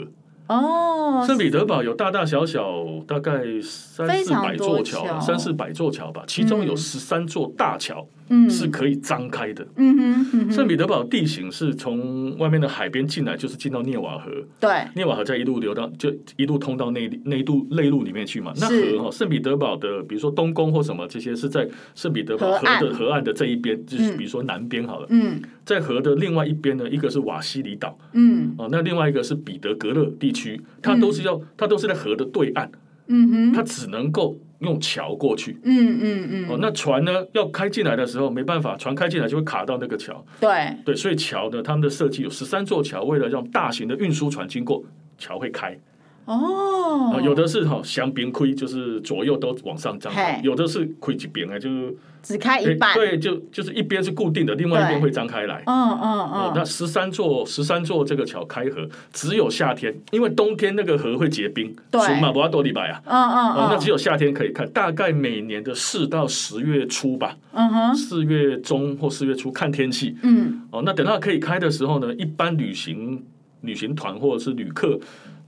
S1: 哦，
S2: 圣彼得堡有大大小小大概三
S1: 非
S2: 四百
S1: 常
S2: 座
S1: 多
S2: 桥
S1: 桥
S2: 啊，三四百座桥吧，其中有十三座大桥
S1: 嗯
S2: 是可以张开的。
S1: 嗯哼嗯哼，
S2: 圣彼得堡地形是从外面的海边进来，就是进到涅瓦河，
S1: 对，
S2: 涅瓦河再一路流到就一路通到内陆内陆内陆里面去嘛。那
S1: 是
S2: 河哈，哦圣彼得堡的比如说东宫或什么这些是在圣彼得堡
S1: 河
S2: 河
S1: 岸
S2: 的河岸的这一边，就是
S1: 嗯
S2: 比如说南边好了，
S1: 嗯
S2: 在河的另外一边呢，一个是瓦西里岛，
S1: 嗯
S2: 哦，那另外一个是彼得格勒地区，它都是要，它都是在河的对岸，
S1: 嗯哼，
S2: 它只能够用桥过去。
S1: 嗯嗯
S2: 哦
S1: 嗯，，
S2: 那船呢要开进来的时候没办法，船开进来就会卡到那个桥。
S1: 对，
S2: 对，所以桥呢，他们的设计有十三座桥，为了让大型的运输船经过，桥会开。啊、
S1: 哦，
S2: 有的是哈、向边亏，就是左右都往上张开
S1: 嘿；
S2: 有的是亏几边啊，就是
S1: 只开一半，嗯
S2: 对，就就是一边是固定的，另外一边
S1: 对
S2: 会张开来。哦
S1: 嗯，
S2: 那
S1: 嗯，
S2: 十三座十三座这个桥开河，只有夏天，因为冬天那个河会结冰，
S1: 对
S2: 马不要多礼拜啊。
S1: 嗯嗯
S2: 哦，那只
S1: 嗯，
S2: 有夏天可以看，大概每年的四到十月初吧，
S1: 嗯哼，
S2: 四月中或四月初看天气。
S1: 嗯
S2: 哦，那等到可以开的时候呢，一般旅行旅行团或者是旅客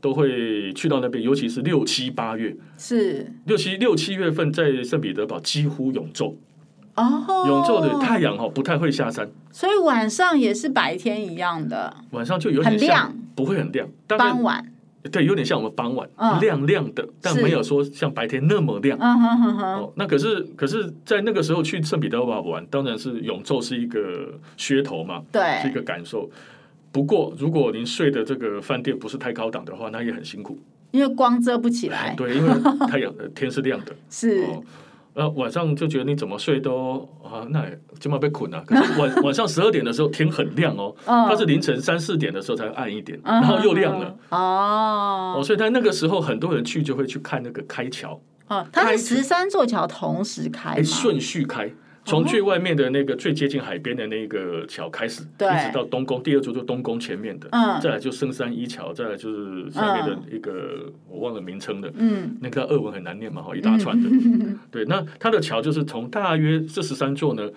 S2: 都会去到那边，尤其是六七八月，
S1: 是，
S2: 六七六七月份在圣彼得堡几乎永昼，
S1: 哦，
S2: 永昼的太阳哦不太会下山，
S1: 所以晚上也是白天一样的，
S2: 晚上就有
S1: 很
S2: 点像
S1: 亮，
S2: 不会很亮，大概
S1: 傍晚，
S2: 对，有点像我们傍晚、
S1: 嗯
S2: 亮亮的，但
S1: 是
S2: 没有说像白天那么亮。
S1: 嗯哼哼哼，
S2: 哦，那可是可是在那个时候去圣彼得堡玩，当然是永昼是一个噱头嘛，是
S1: 对，
S2: 一个感受。不过如果您睡的这个饭店不是太高档的话，那也很辛苦。
S1: 因为光遮不起来，
S2: 对，因为太阳呃天是亮的。
S1: 哎是，
S2: 哦，呃，晚上就觉得你怎么睡都啊，那也起码被困了、可是
S1: <laughs>
S2: 晚晚上十二点的时候天很亮哦，
S1: 嗯
S2: 它是凌晨三四点的时候才暗一点，
S1: 嗯
S2: 然后又亮了。
S1: 哦
S2: 哦，所以在那个时候，很多人去就会去看那个开桥，
S1: 哦，它
S2: 开
S1: 是十三座桥同时开哦
S2: 哎，
S1: 嘛？
S2: 顺序开，从最外面的那个最接近海边的那个桥开始，
S1: 对
S2: 一直到东宫，第二座就东宫前面的，
S1: 嗯
S2: 再来就圣山一桥，再来就是下面的一个我忘了名称的，
S1: 嗯
S2: 那个俄文很难念嘛，哈，一大串的。 <laughs>
S1: <laughs>
S2: 对，那它的桥就是从大约这十三座呢，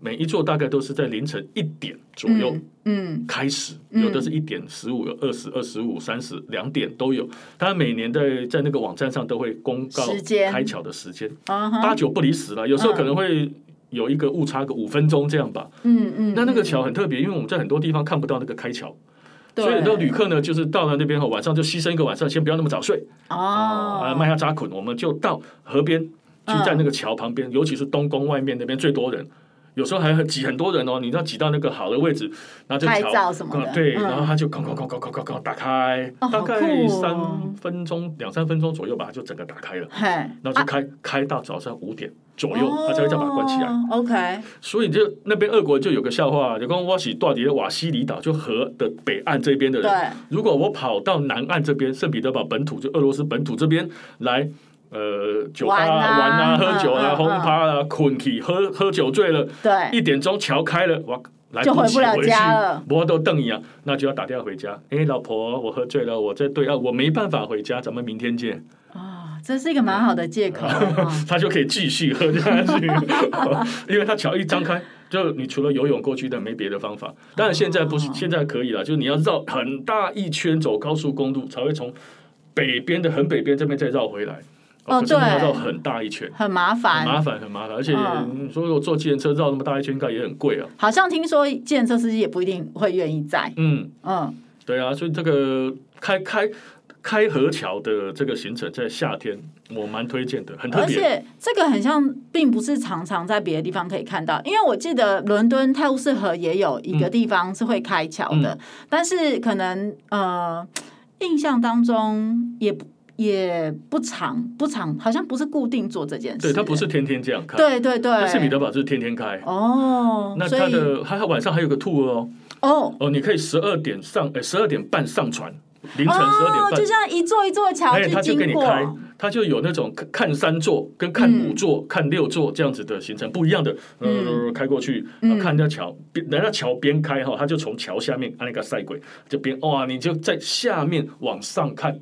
S2: 每一座大概都是在凌晨一点左右
S1: 嗯
S2: 开始，
S1: 嗯
S2: 有的是一点十五、有二十二十五、三十两点都有。它每年在在那个网站上都会公告
S1: 时间嗯
S2: 开桥的时间，
S1: 啊
S2: 八
S1: 哈，
S2: 九不离十了，有时候可能会。有一个误差个五分钟这样吧，
S1: 嗯嗯，
S2: 那那个
S1: 嗯
S2: 桥很特别，因为我们在很多地方看不到那个开桥，
S1: 对
S2: 所以很多旅客呢，就是到了那边后晚上就牺牲一个晚上，先不要那么早睡，
S1: 哦
S2: 啊，麦下扎捆，我们就到河边，就在那个桥旁
S1: 嗯
S2: 边，尤其是东宫外面那边最多人。有时候还很挤很多人哦，你要挤到那个好的位置，然后就
S1: 拍
S2: 桥
S1: 照什么的
S2: 啊对，
S1: 嗯
S2: 然后他就哐哐哐哐哐哐哐打开，
S1: 哦
S2: 大
S1: 好
S2: 概
S1: 酷哦
S2: 三分钟两三分钟左右吧，就整个打开了，
S1: 嘿，
S2: 然后就开、开到早上五点左
S1: 我
S2: 右，他才会再把它关起啊来。。
S1: 哦 OK，
S2: 所以就那边俄国就有个笑话，就跟我喜到底瓦西里岛就河的北岸这边的人，
S1: 对，
S2: 如果我跑到南岸这边，圣彼得堡本土，就俄罗斯本土这边来，呃，酒吧
S1: 玩啊
S2: 玩啊，喝酒
S1: 嗯
S2: 啊，
S1: 嗯
S2: 轰趴啊，困起喝喝酒醉了，
S1: 对，
S2: 一点钟桥开了，哇，来
S1: 就
S2: 不
S1: 回
S2: 及
S1: 不了
S2: 去
S1: 家了，
S2: 摩都瞪一样，那就要打电话回家。哎、老婆，我喝醉了，我在对岸，我没办法回家，咱们明天见。
S1: 啊，这是一个蛮好的借口啊
S2: 他就可以继续喝下去， <laughs> 因为他桥一张开。就你除了游泳过去的没别的方法，当然现在不是、
S1: 哦
S2: 现在可以了，就是你要绕很大一圈走高速公路才会从北边的很北边这边再绕回来，
S1: 哦
S2: 可是你要
S1: 对
S2: 绕很大一圈，
S1: 很麻
S2: 很麻
S1: 烦。
S2: 烦很麻烦，而且
S1: 嗯
S2: 你说我坐计程车绕那么大一圈，应该也很贵啊。
S1: 好像听说建设司机也不一定会愿意载，
S2: 嗯，
S1: 嗯，
S2: 对啊，所以这个开开开河桥的这个行程在夏天我蛮推荐的，很特
S1: 而
S2: 别。
S1: 且这个很像，并不是常常在别的地方可以看到，因为我记得伦敦泰晤士河也有一
S2: 嗯
S1: 个地方是会开桥的，但是可能呃，印象当中也不也不长不长，好像不是固定做这件事，
S2: 对，它不是天天这样开，
S1: 对对
S2: 但
S1: 对，
S2: 是彼得堡就是天天开。
S1: 哦，
S2: 那
S1: 所
S2: 它
S1: 以
S2: 的还有晚上还有个 tour 哦，
S1: 哦。
S2: 哦，你可以十二点上，哎，十二点半上船，凌晨十二点
S1: 哦，
S2: 半
S1: 就，像一座一座桥
S2: 哎，
S1: 去
S2: 他就给
S1: 经
S2: 你
S1: 过，哦嗯
S2: 开，他就有那种看看三座跟看五座、看六座这样子的行程不一样的，
S1: 嗯
S2: 呃，开过去，然后看人家桥，边人家桥边开哈，他就从桥下面按那个赛轨，这边哇，你就在下面往上看，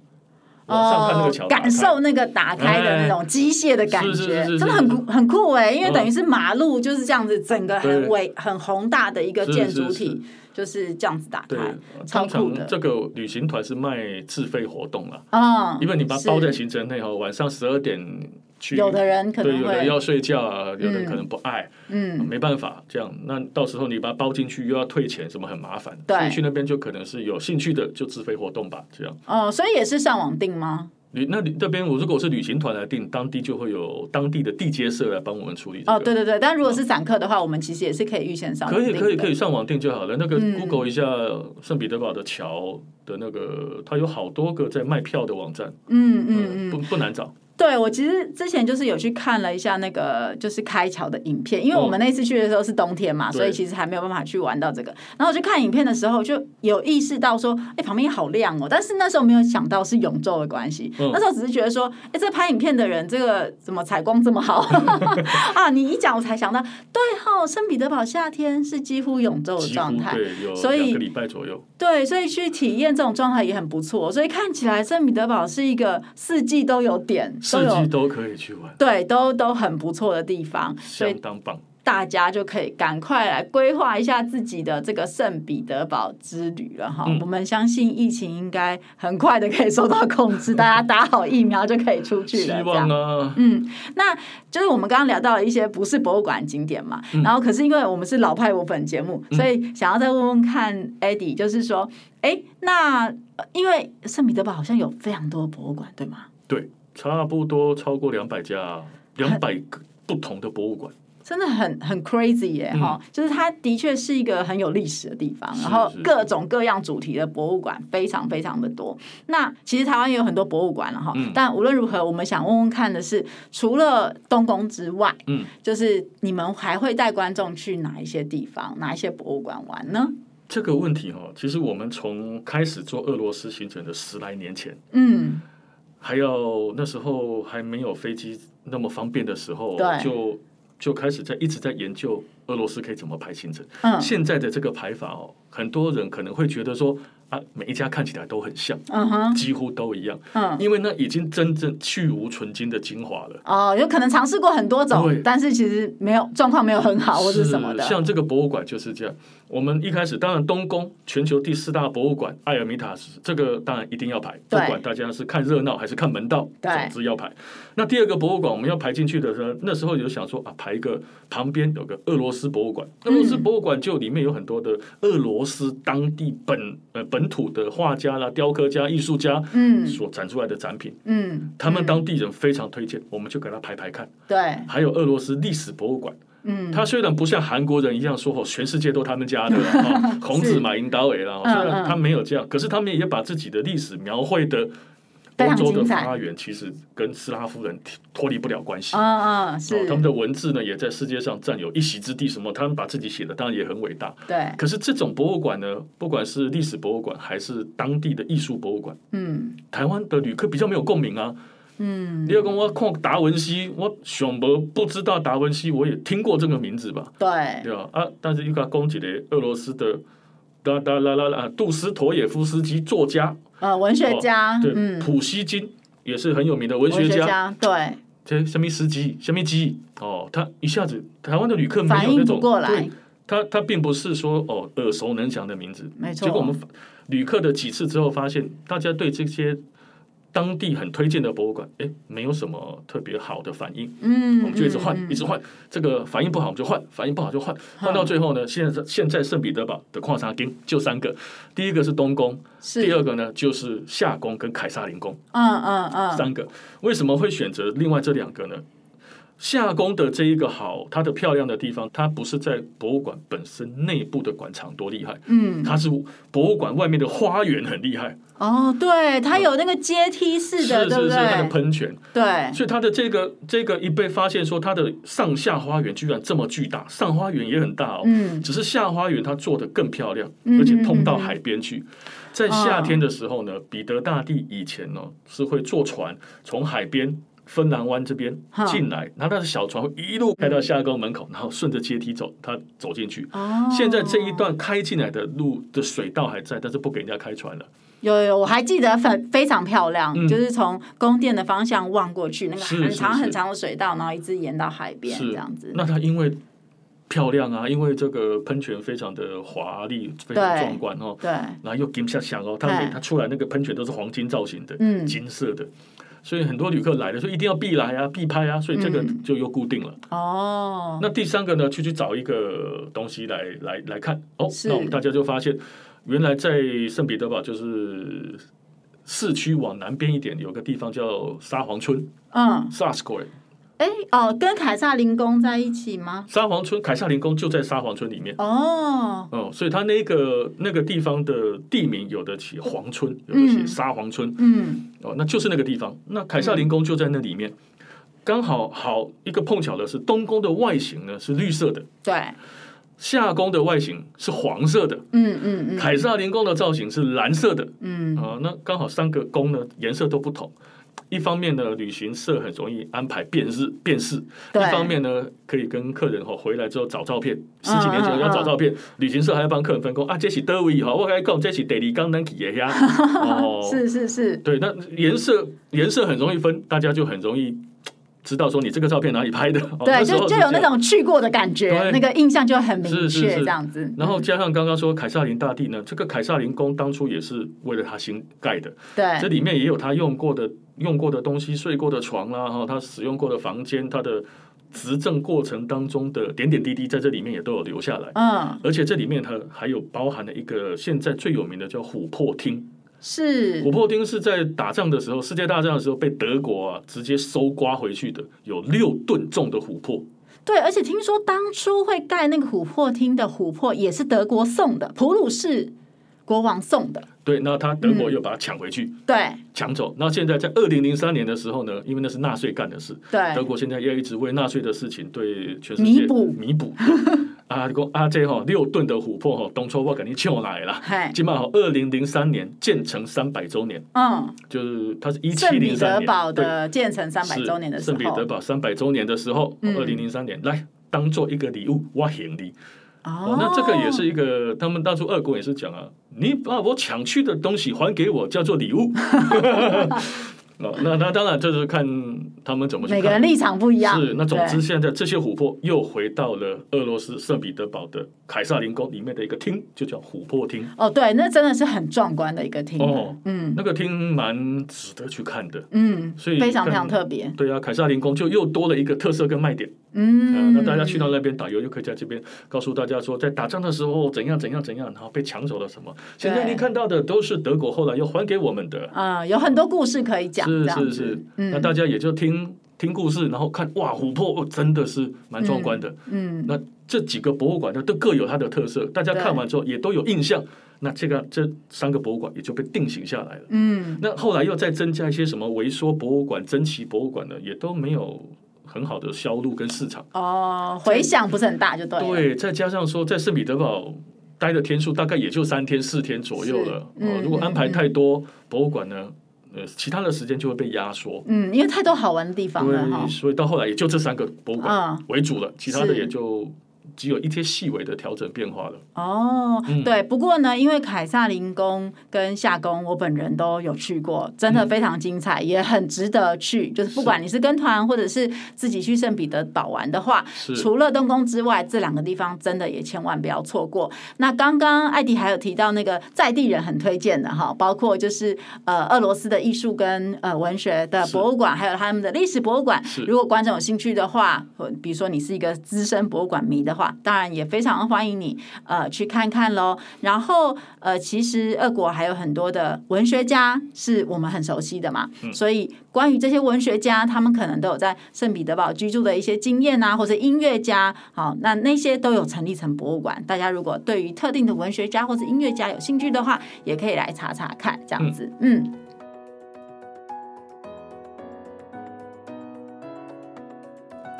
S2: 往上看那个桥，
S1: 哦
S2: 打开哎
S1: 感受那个打开的那种机械的感
S2: 是是
S1: 觉，
S2: 是是
S1: 真的很酷很酷哎！因为
S2: 嗯
S1: 等于是马路就是这样子，整个
S2: 对
S1: 很伟很宏大的一个建筑
S2: 是是
S1: 体就是这样子打
S2: 对
S1: 开，，超
S2: 通
S1: 酷
S2: 常这
S1: 的。
S2: 个旅行团是卖自费活动啦，
S1: 嗯，
S2: 因为你把它包在
S1: 是
S2: 行程内哦，晚上十二点去，
S1: 有的人可
S2: 对，
S1: 能
S2: 有人
S1: 会
S2: 要睡觉啊，有的人
S1: 嗯
S2: 可能不爱，
S1: 嗯
S2: 没办法这样。那到时候你把它包进去，又要退钱，什么很麻烦。
S1: 对
S2: 所以去那边就可能是有兴趣的就自费活动吧，这样。
S1: 哦，所以也是上网订吗？
S2: 你那你这边我如果是旅行团来订，当地就会有当地的地接社来帮我们处理这个。
S1: 哦，对对对，但如果是散客的话，我们其实也是可以预先上网
S2: 可以
S1: 订的。
S2: 可以可以上网订就好了。那个
S1: 嗯
S2: Google 一下圣彼得堡的桥的那个，它有好多个在卖票的网站，呃
S1: 嗯嗯嗯。
S2: 不不难找。
S1: 对，我其实之前就是有去看了一下那个就是开桥的影片，因为我们那次去的时候是冬天嘛，
S2: 嗯对
S1: 所以其实还没有办法去玩到这个。然后我去看影片的时候，就有意识到说，哎，旁边好亮哦。但是那时候没有想到是永昼的关系，
S2: 嗯
S1: 那时候只是觉得说，哎，这拍影片的人这个怎么采光这么好 <laughs> 啊？你一讲我才想到，对哦，圣彼得堡夏天是几乎永昼的
S2: 几
S1: 状
S2: 乎
S1: 态。
S2: 对有
S1: 所以
S2: 两个礼拜左右。
S1: 对，所以去体验这种状态也很不错。所以看起来圣彼得堡是一个四季都有点，都
S2: 四
S1: 有
S2: 季都可以去玩，
S1: 对，都都很不错的地方，所
S2: 相
S1: 以
S2: 当棒。
S1: 大家就可以赶快来规划一下自己的这个圣彼得堡之旅了哈。
S2: 嗯
S1: 我们相信疫情应该很快的可以受到控制，大家打好疫苗就可以出去
S2: 希
S1: 了。这样，
S2: 望啊，
S1: 嗯，那就是我们刚刚聊到了一些不是博物馆景点嘛，
S2: 嗯
S1: 然后可是因为我们是老派舞本节目，所以想要再问问看 Eddie，就是说，哎，那呃因为圣彼得堡好像有非常多博物馆，对吗？ <laughs>
S2: 对，差不多超过两百家，两百个不同的博物馆。
S1: 真的很很 crazy 耶、
S2: 嗯
S1: 哈、就是它的确是一个很有历史的地方，
S2: 是
S1: 然后
S2: 是
S1: 各种各样主题的博物馆非常非常的多。那其实台湾也有很多博物馆了哈、
S2: 嗯
S1: 但无论如何，我们想问问看的是，除了东宫之外，
S2: 嗯，
S1: 就是你们还会带观众去哪一些地方、哪一些博物馆玩呢？
S2: 这个问题哦，其实我们从开始做俄罗斯行程的十来年前，
S1: 嗯，
S2: 还有那时候还没有飞机那么方便的时候
S1: 对，
S2: 就就开始在一直在研究俄罗斯可以怎么排行程。
S1: 嗯
S2: 现在的这个排法哦，很多人可能会觉得说啊，每一家看起来都很像，
S1: 嗯哼，
S2: 几乎都一样，
S1: 嗯，
S2: 因为那已经真正去无存精的精华了。
S1: 哦，有可能尝试过很多种
S2: 对，
S1: 但是其实没有状况没有很好或是什么的，
S2: 像这个博物馆就是这样。我们一开始当然东宫全球第四大博物馆埃尔米塔斯，这个当然一定要排，不
S1: 对
S2: 管大家是看热闹还是看门道，
S1: 对
S2: 总之要排。那第二个博物馆我们要排进去的时候，那时候有想说啊，排一个旁边有个俄罗斯博物馆，俄罗斯
S1: 嗯
S2: 博物馆就里面有很多的俄罗斯当地本呃本土的画家啦、雕刻家、艺术家
S1: 嗯
S2: 所展出来的展品，
S1: 嗯，
S2: 他
S1: 嗯
S2: 们当地人非常推荐，我们就给他排排看。
S1: 对，
S2: 还有俄罗斯历史博物馆。
S1: 嗯
S2: 他虽然不像韩国人一样说哦，全世界都他们
S1: <laughs>
S2: 家的啦，哦孔子、马英达伟啦，哦
S1: 嗯
S2: 虽然他没有这样，可是他们也把自己的历史描绘的
S1: 非
S2: 欧
S1: 常
S2: 洲的
S1: 精彩
S2: 发源，其实跟斯拉夫人脱脱离不了关系。
S1: 嗯嗯
S2: 哦
S1: 是，
S2: 他们的文字呢，也在世界上占有一席之地。什么？他们把自己写的当然也很伟大。
S1: 对，
S2: 可是这种博物馆呢，不管是历史博物馆还是当地的艺术博物馆，
S1: 嗯
S2: 台湾的旅客比较没有共鸣啊。
S1: 嗯，
S2: 你要跟我看达文西，我想不不知道达文西，我也听过这个名字吧？
S1: 对，
S2: 对啊，啊，但是又甲讲一个俄罗斯的啦啦啦啦啦，啊杜斯妥也夫斯基作家，
S1: 呃，文学家，
S2: 哦对，
S1: 嗯，
S2: 普希金也是很有名的文学
S1: 文学
S2: 家，
S1: 家，对，
S2: 这什么斯基，什么基，哦，他一下子台湾的旅客没
S1: 反
S2: 有那
S1: 应
S2: 种
S1: 不过
S2: 对
S1: 来，
S2: 他他并不是说哦耳熟能详的名字，
S1: 没错，
S2: 结果我们发旅客的几次之后发现，大家对这些。当地很推荐的博物馆，哎，没有什么特别好的反应，
S1: 嗯，
S2: 我们就一直换
S1: 嗯，
S2: 一直换，这个反应不好我们就换，反应不好就换，换到最后呢，现在现在圣彼得堡的矿沙丁就三个，第一个是东宫，
S1: 是，
S2: 第二个呢就是夏宫跟凯撒林宫
S1: 嗯嗯嗯，
S2: 三个。为什么会选择另外这两个呢？夏宫的这一个好，它的漂亮的地方，它不是在博物馆本身内部的馆藏多厉害，
S1: 嗯，
S2: 它是博物馆外面的花园很厉害，
S1: 哦，对，它有那个阶梯式
S2: 是
S1: 的，
S2: 嗯是
S1: 对不
S2: 是它的
S1: 对？
S2: 喷泉，
S1: 对，
S2: 所以它的这个这个一被发现说，它的上下花园居然这么巨大，上花园也很大哦，
S1: 嗯，
S2: 只是下花园它做的更漂亮，
S1: 嗯
S2: 而且
S1: 嗯
S2: 通到
S1: 嗯
S2: 海边去。在夏天的时候呢，彼得大帝以前呢哦是会坐船从海边。芬兰湾这边
S1: 哈
S2: 进来，然后他的小船会一路开到下沟门口，然后顺着阶梯走，他走进去。
S1: 哦，
S2: 现在这一段开进来的路的水道还在，但是不给人家开船了。
S1: 有有有，我还记得很非常漂亮，
S2: 嗯
S1: 就是从宫殿的方向望过去，那个
S2: 是
S1: 很
S2: 是
S1: 长
S2: 是
S1: 很长的水道，然后一直沿到海边
S2: 是
S1: 这样子。
S2: 那它因为漂亮啊，因为这个喷泉非常的华丽，非常壮观哦，
S1: 对，
S2: 然后又金闪闪哦，它
S1: 对
S2: 每它出来那个喷泉都是黄金造型的，
S1: 嗯
S2: 金色的，所以很多旅客来了说一定要必来啊，必拍啊，所以这个
S1: 嗯
S2: 就又固定了。
S1: 哦，
S2: 那第三个呢，去去找一个东西来来来看哦，
S1: 是
S2: 那我们大家就发现，原来在圣彼得堡就是。市区往南边一点，有个地方叫沙皇村
S1: 嗯，
S2: s a r s k o y
S1: 哎，哦，跟凯撒林宫在一起吗？
S2: 沙皇村凯撒林宫就在沙皇村里面。
S1: 哦，
S2: 哦，所以它那个那个地方的地名有的写黄村，有的写
S1: 嗯
S2: 沙黄村，
S1: 嗯，
S2: 哦，那就是那个地方。那凯撒林宫就在那里面，刚好好一个碰巧的是，东宫的外形呢是绿色的，
S1: 对，
S2: 夏宫的外形是黄色的，
S1: 嗯嗯嗯，
S2: 凯撒林宫的造型是蓝色的，
S1: 嗯，
S2: 啊、那刚好三个宫呢颜色都不同。一方面呢，旅行社很容易安排辨识辨识；
S1: 对
S2: 一方面呢，可以跟客人吼回来之后找照片。十
S1: 嗯
S2: 几年前
S1: 嗯
S2: 要找
S1: 嗯
S2: 照片，旅行社还要帮客人分工啊，这是德维哈，我跟你讲，这是第二刚咱
S1: <laughs>
S2: 去的呀。哦，
S1: 是是是，
S2: 对，那颜色颜色很容易分，大家就很容易知道说你这个照片哪里拍的。哦、
S1: 对，
S2: 那时候
S1: 就是就
S2: 这
S1: 有
S2: 样
S1: 那种去过的感觉，
S2: 对
S1: 那个印象就很明
S2: 是是
S1: 确
S2: 是
S1: 这样子。
S2: 然后
S1: 嗯
S2: 加上刚刚说凯撒林大帝呢，这个凯撒林宫当初也是为了他新盖的，这
S1: 对，
S2: 里面也有他用过的用过的东西、睡过的床啦、哈、他使用过的房间，他的执政过程当中的点点滴滴，在这里面也都有留下来。
S1: 嗯，
S2: 而且这里面它还有包含了一个现在最有名的叫琥珀厅。琥
S1: 是，
S2: 珀厅是在打仗的时候，世界大战的时候被德国啊直接搜刮回去的，有六吨重的琥珀。
S1: 对，而且听说当初会盖那个琥珀厅的琥珀也是德国送的，普鲁士国王送的。
S2: 对，那他德
S1: 嗯
S2: 国又把它抢回去，
S1: 对
S2: 抢走。那现在在二零零三年的时候呢，因为那是纳粹干的事，德
S1: 对，
S2: 国现在要一直为纳粹的事情对全世
S1: 弥
S2: 界
S1: 补
S2: 弥补。啊，你讲啊，这吼、六吨的琥珀吼、当初我给你抢来啦。
S1: 嘿，
S2: 今嘛吼，二零零三年建成三百周年，
S1: 嗯，
S2: 就是它是一七
S1: 圣
S2: 零
S1: 彼
S2: 三
S1: 得
S2: 年
S1: 堡
S2: 对
S1: 的建成三百
S2: 是
S1: 周年的时
S2: 圣彼得
S1: 候，
S2: 堡三百周年的时候，
S1: 嗯
S2: 二零零三年来当做一个礼物挖行李。
S1: 哦
S2: 哦，那这个也是一个，他们当初俄国也是讲啊，你把我抢去的东西还给我，叫
S1: <laughs>
S2: 做礼物。 <laughs> 哦，那那当然就是看他们怎么去
S1: 每个人
S2: 看。
S1: 立场不一样，
S2: 是，那总之
S1: 对
S2: 现在这些琥珀又回到了俄罗斯圣彼得堡的凯撒林宫里面的一个厅，就叫琥珀厅。
S1: 哦，对，那真的是很壮观的一个厅，
S2: 哦
S1: 嗯
S2: 那个厅蛮值得去看的。
S1: 嗯，
S2: 所以
S1: 非常
S2: 看
S1: 非常特别，
S2: 对啊，凯撒林宫就又多了一个特色跟卖点。嗯，
S1: 嗯，
S2: 那大家去到那边导游就可以在这边告诉大家说，在打仗的时候怎样怎样怎样，然后被抢走了什么。现在
S1: 对
S2: 你看到的都是德国后来又还给我们的，
S1: 嗯，有很多故事可以讲，
S2: 是
S1: 这样
S2: 是
S1: 子
S2: 是。那
S1: 嗯
S2: 大家也就听听故事，然后看哇，琥珀哦真的是蛮壮观的。
S1: 嗯，
S2: 那这几个博物馆呢，都各有它的特色，大家
S1: 对
S2: 看完之后也都有印象。那这个这三个博物馆也就被定型下来了。
S1: 嗯，
S2: 那后来又再增加一些什么微缩博物馆、珍奇博物馆呢，也都没有很好的销路跟市场。
S1: 哦，回响不是很大就对了，啊
S2: 对，再加上说在圣彼得堡待的天数大概也就三天四天左右了。
S1: 是嗯
S2: 哦，如果安排太多博物馆呢，呃，其他的时间就会被压缩。
S1: 嗯，因为太多好玩的地方了哈
S2: 对，，所以到后来也就这三个博物馆
S1: 嗯，
S2: 为主了，其他的
S1: 是
S2: 也就只有一些细微的调整变化了。
S1: 哦，
S2: 嗯
S1: 对，不过呢，因为凯撒林宫跟夏宫，我本人都有去过，真的非常精彩，也很值得去。就是不
S2: 嗯是
S1: 管你是跟团或者是自己去圣彼得堡玩的话，
S2: 是，
S1: 除了动工之外，这两个地方真的也千万不要错过。那刚刚艾迪还有提到那个在地人很推荐的哈，包括就是呃俄罗斯的艺术跟呃文学的
S2: 是
S1: 博物馆，还有他们的历史博物馆
S2: 是。
S1: 如果观众有兴趣的话，或比如说你是一个资深博物馆迷的话，当然也非常欢迎你呃去看看喽。然后呃，其实俄国还有很多的文学家是我们很熟悉的嘛，所以关于这些文学家，他们可能都有在圣彼得堡居住的一些经验啊，或者音乐家，好，那那些都有成立成博物馆。大家如果对于特定的文学家或者音乐家有兴趣的话，也可以来查查看，这样子，嗯。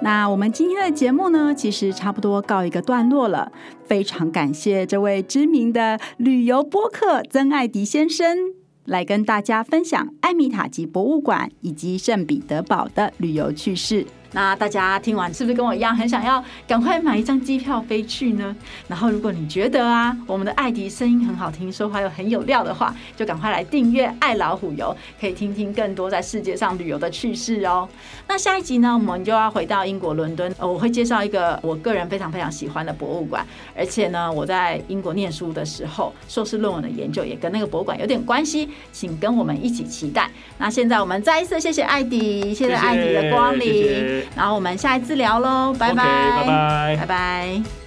S3: 那我们今天的节目呢，其实差不多告一个段落了。非常感谢这位知名的旅游播客曾爱迪先生来跟大家分享艾米塔吉博物馆以及圣彼得堡的旅游趣事。
S1: 那大家听完是不是跟我一样很想要赶快买一张机票飞去呢？然后如果你觉得啊，我们的艾迪声音很好听，说话又很有料的话，就赶快来订阅《爱老虎游》，可以听听更多在世界上旅游的趣事哦。那下一集呢，我们就要回到英国伦敦，呃我会介绍一个我个人非常非常喜欢的博物馆，而且呢，我在英国念书的时候，硕士论文的研究也跟那个博物馆有点关系，请跟我们一起期待。那现在我们再一次谢谢艾迪，谢
S2: 谢
S1: 艾迪的光临。
S2: 谢谢
S1: 然后我们下一次聊喽，拜
S2: OK，拜拜
S1: 拜拜